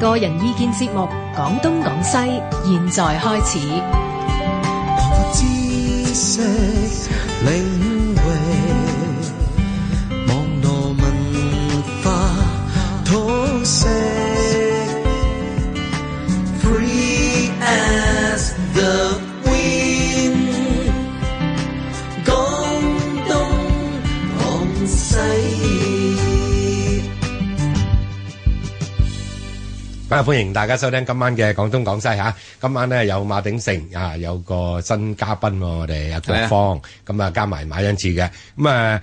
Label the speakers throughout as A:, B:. A: 個人意見節目《講東講西》，現在開 始。
B: 擴闊知識領域，網羅文化通識，Free as the wind，講東講西。
C: 啊！歡迎大家收聽今晚嘅廣東廣西嚇。今晚咧有馬鼎盛啊，有個新嘉賓喎，我哋阿
D: 係
C: 郭
D: 啊
C: 方咁啊，加埋馬恩賜嘅咁啊。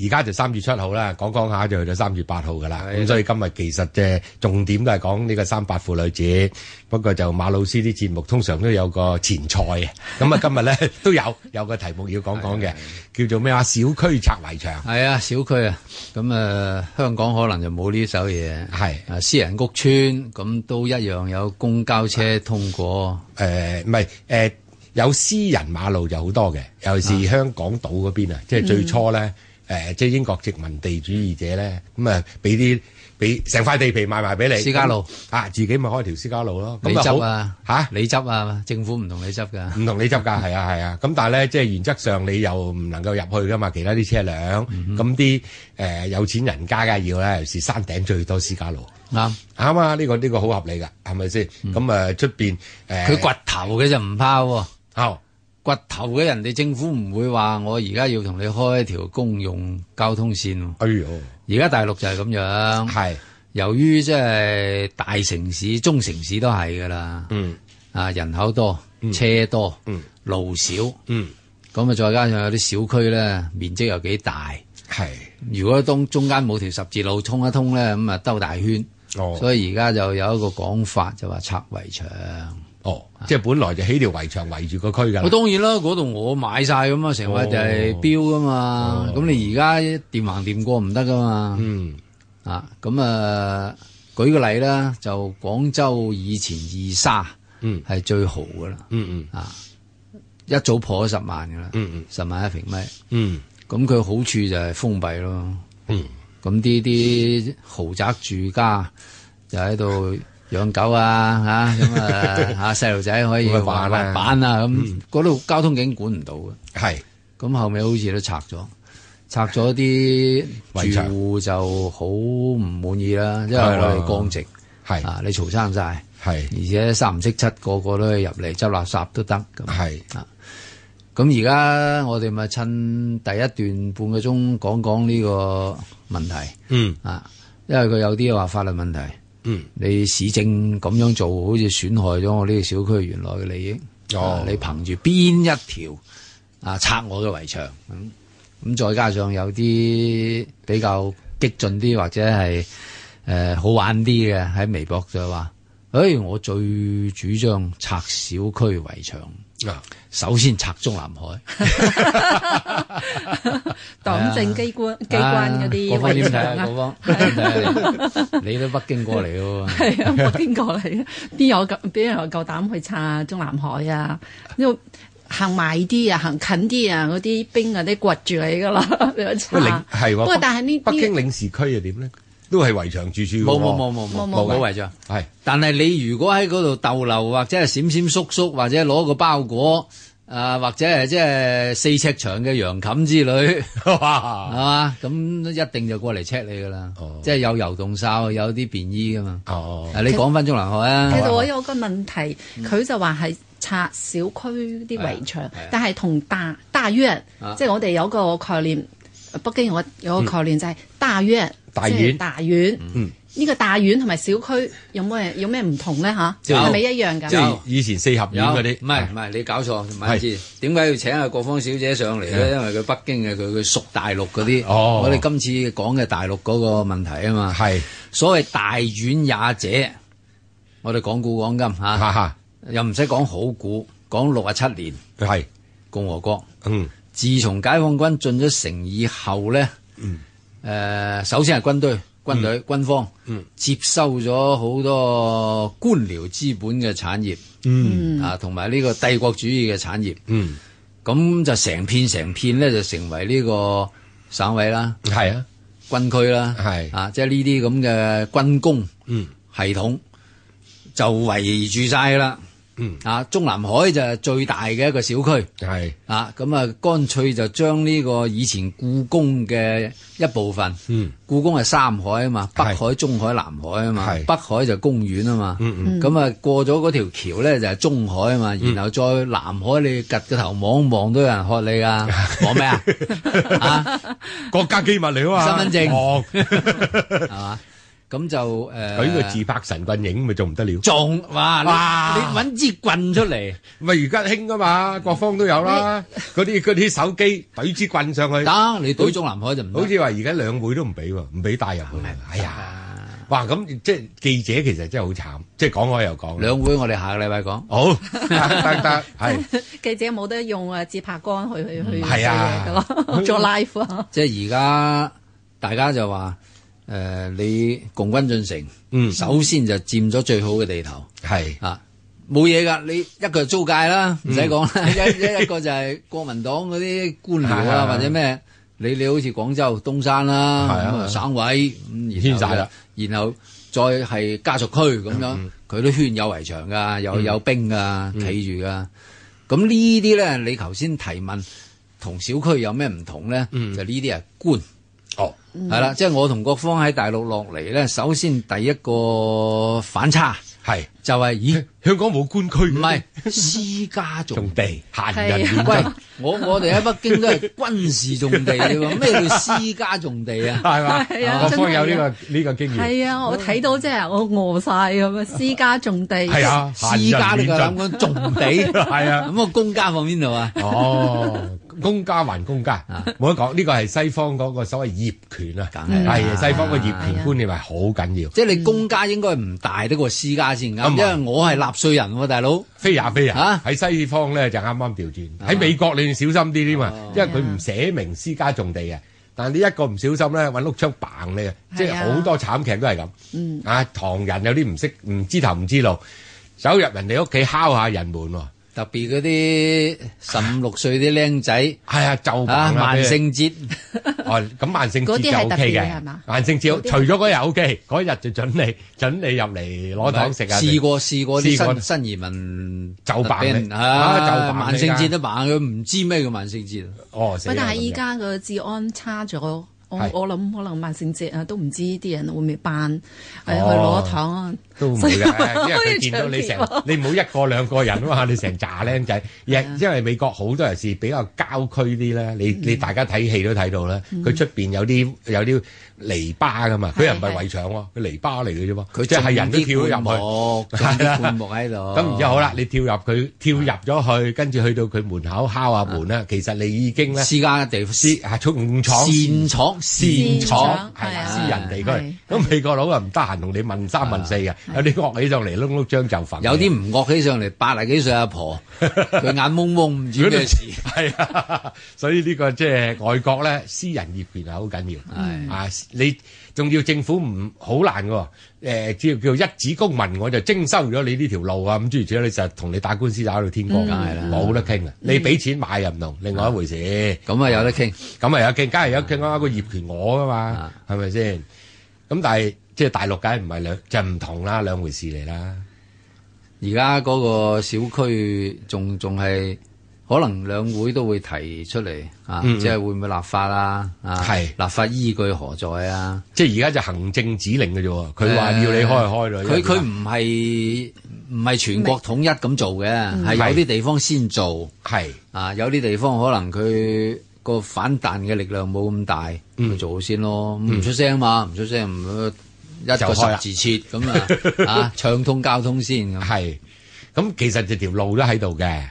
C: 而家就三月七號啦，講講下就去到三月八號噶啦。
D: 係
C: 咁所以今日其實嘅重點都係講呢個三八婦女節。不過就馬老師啲節目通常都有個前菜 嘅，咁啊今日咧都有有個題目要講講嘅，叫做咩話？小區拆圍牆
D: 系啊，小區啊，咁誒、呃香港可能就冇呢首嘢，
C: 係
D: 啊私人屋村咁都一樣有公交車通過，
C: 呃誒唔係誒有私人馬路就好多嘅，尤其是香港島嗰邊啊，即係最初咧誒、
D: 嗯
C: 即係英國殖民地主義者咧，咁啊俾啲俾成塊地皮賣埋俾你
D: 私家路
C: 啊，自己咪開條私家路咯，
D: 你
C: 咁
D: 執
C: 好
D: 啊嗯
C: 嚇。
D: 你執啊，政府唔同你執噶，
C: 唔同你執㗎，係啊係啊。咁但係咧，即係原則上你又唔能夠入去㗎嘛，其他啲車輛。
D: 嗯
C: 咁啲誒有錢人家梗係要啦，尤其是山頂最多私家路。
D: 啱
C: 啱啊，呢個呢個好合理㗎，係咪先？咁啊出邊誒
D: 嗯佢掘頭嘅就唔怕喎、
C: 哦
D: 掘頭嘅人哋政府唔會話我而家要同你開一條公用交通線喎，
C: 哎呦，
D: 而家大陸就係咁樣，
C: 係。
D: 由於即係大城市、中城市都係噶啦，
C: 嗯
D: 啊人口多、車多、
C: 嗯
D: 路少。
C: 嗯，
D: 咁啊，再加上有啲小區咧，面積又幾大。
C: 係
D: 如果當中間冇條十字路通一通咧，咁啊兜大圈。
C: 哦
D: 所以而家就有一個講法，就話拆圍牆。
C: 哦，即係本來就起條圍牆圍住個區㗎
D: 我
C: 啦。
D: 哦當然啦，嗰度我買晒咁啊，成塊就
C: 哦
D: 係標噶嘛。咁、你而家掂行掂過唔得噶嘛。
C: 嗯
D: 啊，咁啊，舉個例啦，就廣州以前二沙
C: 嗯
D: 係最豪噶啦，
C: 嗯
D: 一早破咗十萬噶啦，
C: 嗯嗯
D: 十萬一平米。
C: 嗯
D: 咁佢好處就係封閉咯。
C: 嗯
D: 咁呢啲豪宅住家就喺度養狗啊嚇，咁 啊嚇細路仔可以
C: 去
D: 玩
C: 玩啊
D: 玩板啊咁，嗰度交通警管唔到嘅。
C: 嗯，係
D: 咁後尾好似都拆咗，拆咗啲
C: 圍牆
D: 住戶就好唔滿意啦，因為
C: 係啦
D: 我哋降直
C: 係
D: 啊，你嘈生晒，
C: 係
D: 而且三唔識七個個都入嚟執垃圾都得咁。
C: 係
D: 咁而家我哋咪趁第一段半個鐘講講呢個問題
C: 嗯
D: 啊，因為佢有啲話法律問題，
C: 嗯
D: 你市政咁樣做，好似損害咗我呢個小區原來嘅利益。
C: 哦
D: 啊你憑住邊一條啊拆我嘅圍牆咁？咁再加上有啲比較激進啲或者係誒、呃好玩啲嘅喺微博就話：，誒、我最主張拆小區圍牆，
C: 啊
D: 首先拆中南海。
E: 黨政機關機關嗰啲
D: 各方
E: 圍
D: 點
E: 牆
D: 睇啊？
E: 啊，
D: 各方點 睇啊你你都北京過嚟嘅喎，
E: 係啊，北京過嚟嘅，邊有咁邊有夠膽去拆中南海啊？呢度行埋啲啊，行近啲啊，嗰啲兵啊，都掘住你噶啦， 你去
C: 喂領
E: 拆。
C: 係喎。
E: 不過但係呢
C: 北
E: 呢
C: 京領事區又點咧？都係圍牆住處㗎喎
D: 冇冇冇冇冇
E: 冇
D: 冇
E: 冇
D: 冇圍牆。
C: 係
D: 但係你如果喺嗰度逗留，或者係閃閃縮縮，或者攞個包裹，啊、或者係即係四尺長嘅洋冚之類， 係
C: 哇
D: 嘛？咁一定就過嚟 check 你噶啦，
C: 哦
D: 即係有油動哨，有啲便衣噶嘛。
C: 哦
D: 啊，你講翻中南海
E: 其
D: 啊，
E: 實
C: 嗯
E: 我有個問題，佢就話係拆小區啲
C: 嗯
E: 圍牆
D: 係啊，
E: 但係同大大院
D: 啊，
E: 即係我哋有個概念，北京有個有個概念就係大院，
C: 嗯大院
E: 即係大院
C: 嗯。
E: 呢個大院同埋小區有咩有咩唔同咧？嚇，
D: 有
E: 係咪一樣
C: 即
E: 㗎？
C: 係以前四合
D: 有
C: 院嗰啲
D: 唔係
C: 啊
D: 唔係，你搞錯，唔係知點解要請阿國芳小姐上嚟咧？因為佢北京嘅佢佢熟大陸嗰啲，
C: 哦
D: 我哋今次講嘅大陸嗰個問題啊嘛。
C: 係
D: 所謂大院也者，我哋講古講今嚇，
C: 哈哈
D: 又唔使講好古，講六啊七年
C: 係
D: 共和國。
C: 嗯
D: 自從解放軍進咗城以後咧，誒、
C: 嗯
D: 首先係軍隊、軍隊、軍方、
C: 嗯
D: 接收咗好多官僚資本嘅產業，嗯啊，同埋呢個帝國主義嘅產業，
C: 嗯
D: 咁就成片成片咧就成為呢個省委啦、
C: 係啊
D: 軍區啦，
C: 係
D: 啊，即係呢啲咁嘅軍工
C: 嗯
D: 系統。就圍住晒㗎啦。
C: 嗯
D: 啊，中南海就係最大嘅一個小區。
C: 系
D: 啊，咁啊，乾脆就將呢個以前故宮嘅一部分，
C: 嗯
D: 故宮係三海啊嘛，北
C: 係
D: 海、中海、南海啊嘛
C: 係，嗯
D: 北海就公園啊嘛，咁啊、過咗嗰條橋咧就係中海啊嘛，然後再南海你趌個頭望一望都有人喝你 噶，望咩啊？啊，
C: 國家機密嚟啊嘛，
D: 身份證
C: 哦
D: 係嘛？咁就誒，呃
C: 舉個自拍神棍影咪仲唔得了？
D: 撞哇！
C: 哇
D: 你你揾支棍出嚟
C: 咪而家興噶嘛，各方都有啦。嗰啲嗰啲手機懟支棍上去，
D: 打你對中南海就唔
C: 好
D: 得。
C: 似話而家兩會都唔俾喎，唔俾帶入去。哎呀，哇！咁即係記者其實真係好慘，即係講開又講。
D: 兩會我哋下個禮拜講。
C: 好得得得，係
E: 記者冇得用啊自拍杆去去去
C: 係啊
E: 做嘢㗎咯，做 live 啊，
D: 即係而家大家就話誒、呃你共軍進城，
C: 嗯
D: 首先就佔咗最好嘅地頭
C: 係
D: 啊！冇嘢㗎，你一個就租界啦，
C: 嗯
D: 唔使 講啦，一一一個就係國民黨嗰啲官僚
C: 係係
D: 啦，
C: 係
D: 或者咩，你你好似廣州東山啦，
C: 係啊
D: 咁啊
C: 係啊
D: 省委咁
C: 圈晒啦，嗯
D: 然後就然後再係家屬區咁樣，佢都圈有圍牆㗎，有有兵㗎，企住㗎。咁呢啲咧，你頭先提問同小區有咩唔同咧？
C: 嗯
D: 就呢啲係官。
C: 哦，
D: 係啦，即係我同各方喺大陸落嚟咧，首先第一個反差
C: 係
D: 就係、咦，
C: 香港冇官區，
D: 唔係 私家重
C: 種
D: 地。
C: 地閒人亂
D: 喂
C: 喂，
D: 我我哋喺北京都係軍事重地啫 喎，咩叫私家重地啊？
C: 係嘛？哦
E: 係啊
C: 各方有呢
E: 真係
C: 個呢個經驗，
E: 係啊，我睇到即係我餓晒咁啊，私家種地
C: 係啊，
D: 私
C: 閒
D: 家你
C: 人
D: 夠膽
C: 亂
D: 講重地，
C: 進， 係啊。
D: 咁個公家放邊度啊？
C: 哦，公家還公家，冇得講。呢個係西方嗰個所謂業權啊，
D: 梗係啦
C: 係西方個業權觀念係好緊要，
D: 即係你公家應該唔大得過私家先啱，
C: 嗯
D: 因為我係納税人喎，大佬。
C: 非也非也。
D: 啊
C: 喺西方咧就啱啱調轉，
E: 啊
C: 喺美國你要小心啲添啊，
E: 哦
C: 因為佢唔寫明私家種地嘅。但你一個唔小心咧，揾碌槍嘭你啊！即係好多慘劇都係咁。
E: 嗯
C: 啊，唐人有啲唔識唔知頭唔知路，走入人哋屋企敲下人門喎。
D: 特別嗰啲十五六歲啲僆仔
C: 係啊，就嘭
D: 啊，
C: 啦
D: 萬
C: 俾佢
D: 聖節
C: 哦，咁萬聖節
E: 嗰啲
C: 就
E: 係
C: O
E: 特
C: K
E: 別嘅係
C: 嘅
E: 嘛，
C: 萬聖
E: 嗰
C: 節
E: 啲
C: 除咗嗰日 O K，嗰日就準你準你入嚟攞糖食啊！
D: 試過試過
C: 試過
D: 啲新新移民
C: 就扮
D: 俾人
C: 你啊就扮
D: 啊，
C: 你
D: 萬聖
C: 㗎
D: 節都扮，佢唔知咩叫萬聖節。啊
C: 哦，死
E: 喂，
C: 啦
E: 但係
C: 咁
E: 依
C: 樣
E: 家個治安差咗，我
C: 係
E: 我諗可能萬聖節啊，都唔知啲人會唔會扮誒去
C: 哦
E: 攞糖啊？
C: 都唔
E: 所
C: 會
E: 以啊
C: 嘅，
E: 我
C: 因為
E: 要
C: 佢見到你
E: 長期
C: 成，你唔好一個兩個人啊嘛，你成扎僆仔，因因為美國好多人是比較郊區啲咧，你你大家睇戲都睇到啦，佢出邊有啲有啲籬笆噶嘛，佢又唔係圍牆喎，佢籬笆嚟嘅啫喎，
D: 佢
C: 即係人都
D: 種
C: 跳
D: 啲灌
C: 入去。
D: 木，種啲灌木喺度。
C: 咁然之後好啦，你跳入佢跳入咗去，跟住去到佢門口敲下門啦，其實你已經咧。
D: 私家地方
C: 私啊，重廠
D: 擅
E: 廠
C: 擅
D: 闖
C: 廠
E: 係
C: 係
E: 啊
C: 哎私人地區
E: 係，
C: 咁美國佬啊唔得閒同你問三問四嘅，有啲惡起上嚟窿碌張就份，
D: 有啲唔惡起上嚟，八廿幾歲 阿婆，佢眼蒙蒙唔知咩事。
C: 係啊， 所以呢個即係外國咧，私人業權係好緊要，啊你仲要政府唔好難喎，誒只要叫一紙公文我就徵收咗你呢條路啊，咁諸如此類，你就同你打官司打到天光，
D: 梗係啦
C: 冇得傾啊！你俾錢買又唔同，另外一回事。
D: 咁啊有得傾，
C: 咁啊有傾，梗係有傾啦，個業權我噶嘛
D: 啊，
C: 係咪先？咁但係即係大陸梗係唔係兩就唔同啦，兩回事嚟啦。
D: 而家嗰個小區仲仲係可能兩會都會提出嚟啊，
C: 嗯
D: 即係會唔會立法啊？啊，
C: 係
D: 立法依據何在啊？
C: 即係而家就行政指令嘅啫喎，佢話要你開就開咯。
D: 佢佢唔係唔係全國統一咁做嘅，
C: 嗯
D: 係有啲地方先做
C: 係
D: 啊，有啲地方可能佢個反彈嘅力量冇咁大，佢做先咯，唔出聲嘛，唔出聲唔一個
C: 就開啦
D: 十字切 咁啊，啊暢通交通先咁，
C: 係咁，其實就條路都喺度嘅，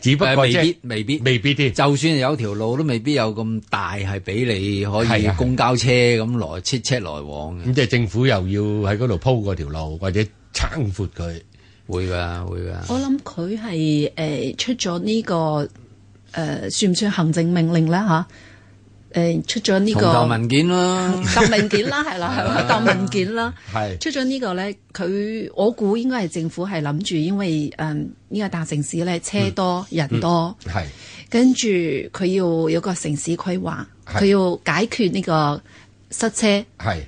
C: 只不
D: 誒
C: 過
D: 未
C: 即
D: 必
C: 係
D: 未必。
C: 未必啲。
D: 就算有條路都未必有咁大，係俾你可以
C: 係啊
D: 公交車咁來切車來往嘅，
C: 咁即係政府又要喺嗰度鋪嗰條路，或者撐闊佢。
D: 會㗎會㗎。
E: 我諗佢係誒出咗呢、個誒、呃算唔算行政命令咧吓，誒、出咗呢、
D: 同
E: 個
D: 頭 文件啦，
E: 當文件啦，係啦，係啦，
C: 啊
E: 當文件啦。
C: 係
E: 出咗呢個咧，佢我估應該係政府係諗住，因為誒呢個大城市咧車
C: 嗯
E: 多人多，
C: 係
E: 跟住佢要有個城市規劃，
C: 係
E: 佢要解決呢個塞車。
C: 係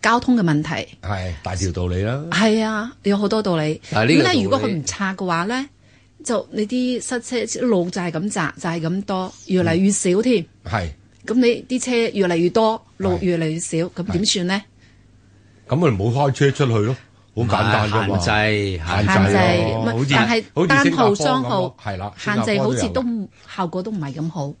E: 交通嘅問題。
C: 係大條道理啦。
E: 係啊，有好多道理。
D: 但
E: 咁
D: 係呢個
E: 咧，
D: 道理
E: 如果佢唔拆嘅話咧，就你啲塞車路就係咁窄，就係咁多，越
C: 嗯
E: 嚟越少添。
C: 係
E: 咁你啲車越嚟越多，路
C: 係
E: 越嚟越少，咁點算咧？
C: 咁咪唔好開車出去咯，好簡單㗎嘛。
D: 限制
C: 限制
E: 限制
C: 咯
E: 唔係
C: 好似
E: 但係
C: 好似
E: 單
C: 新加坡
E: 號
C: 咁
E: 雙
C: 咯
E: 號
C: 係啦
E: 限
C: 新
E: 制
C: 加坡
E: 好
C: 都
E: 似
C: 有
E: 都唔效果都唔係咁好。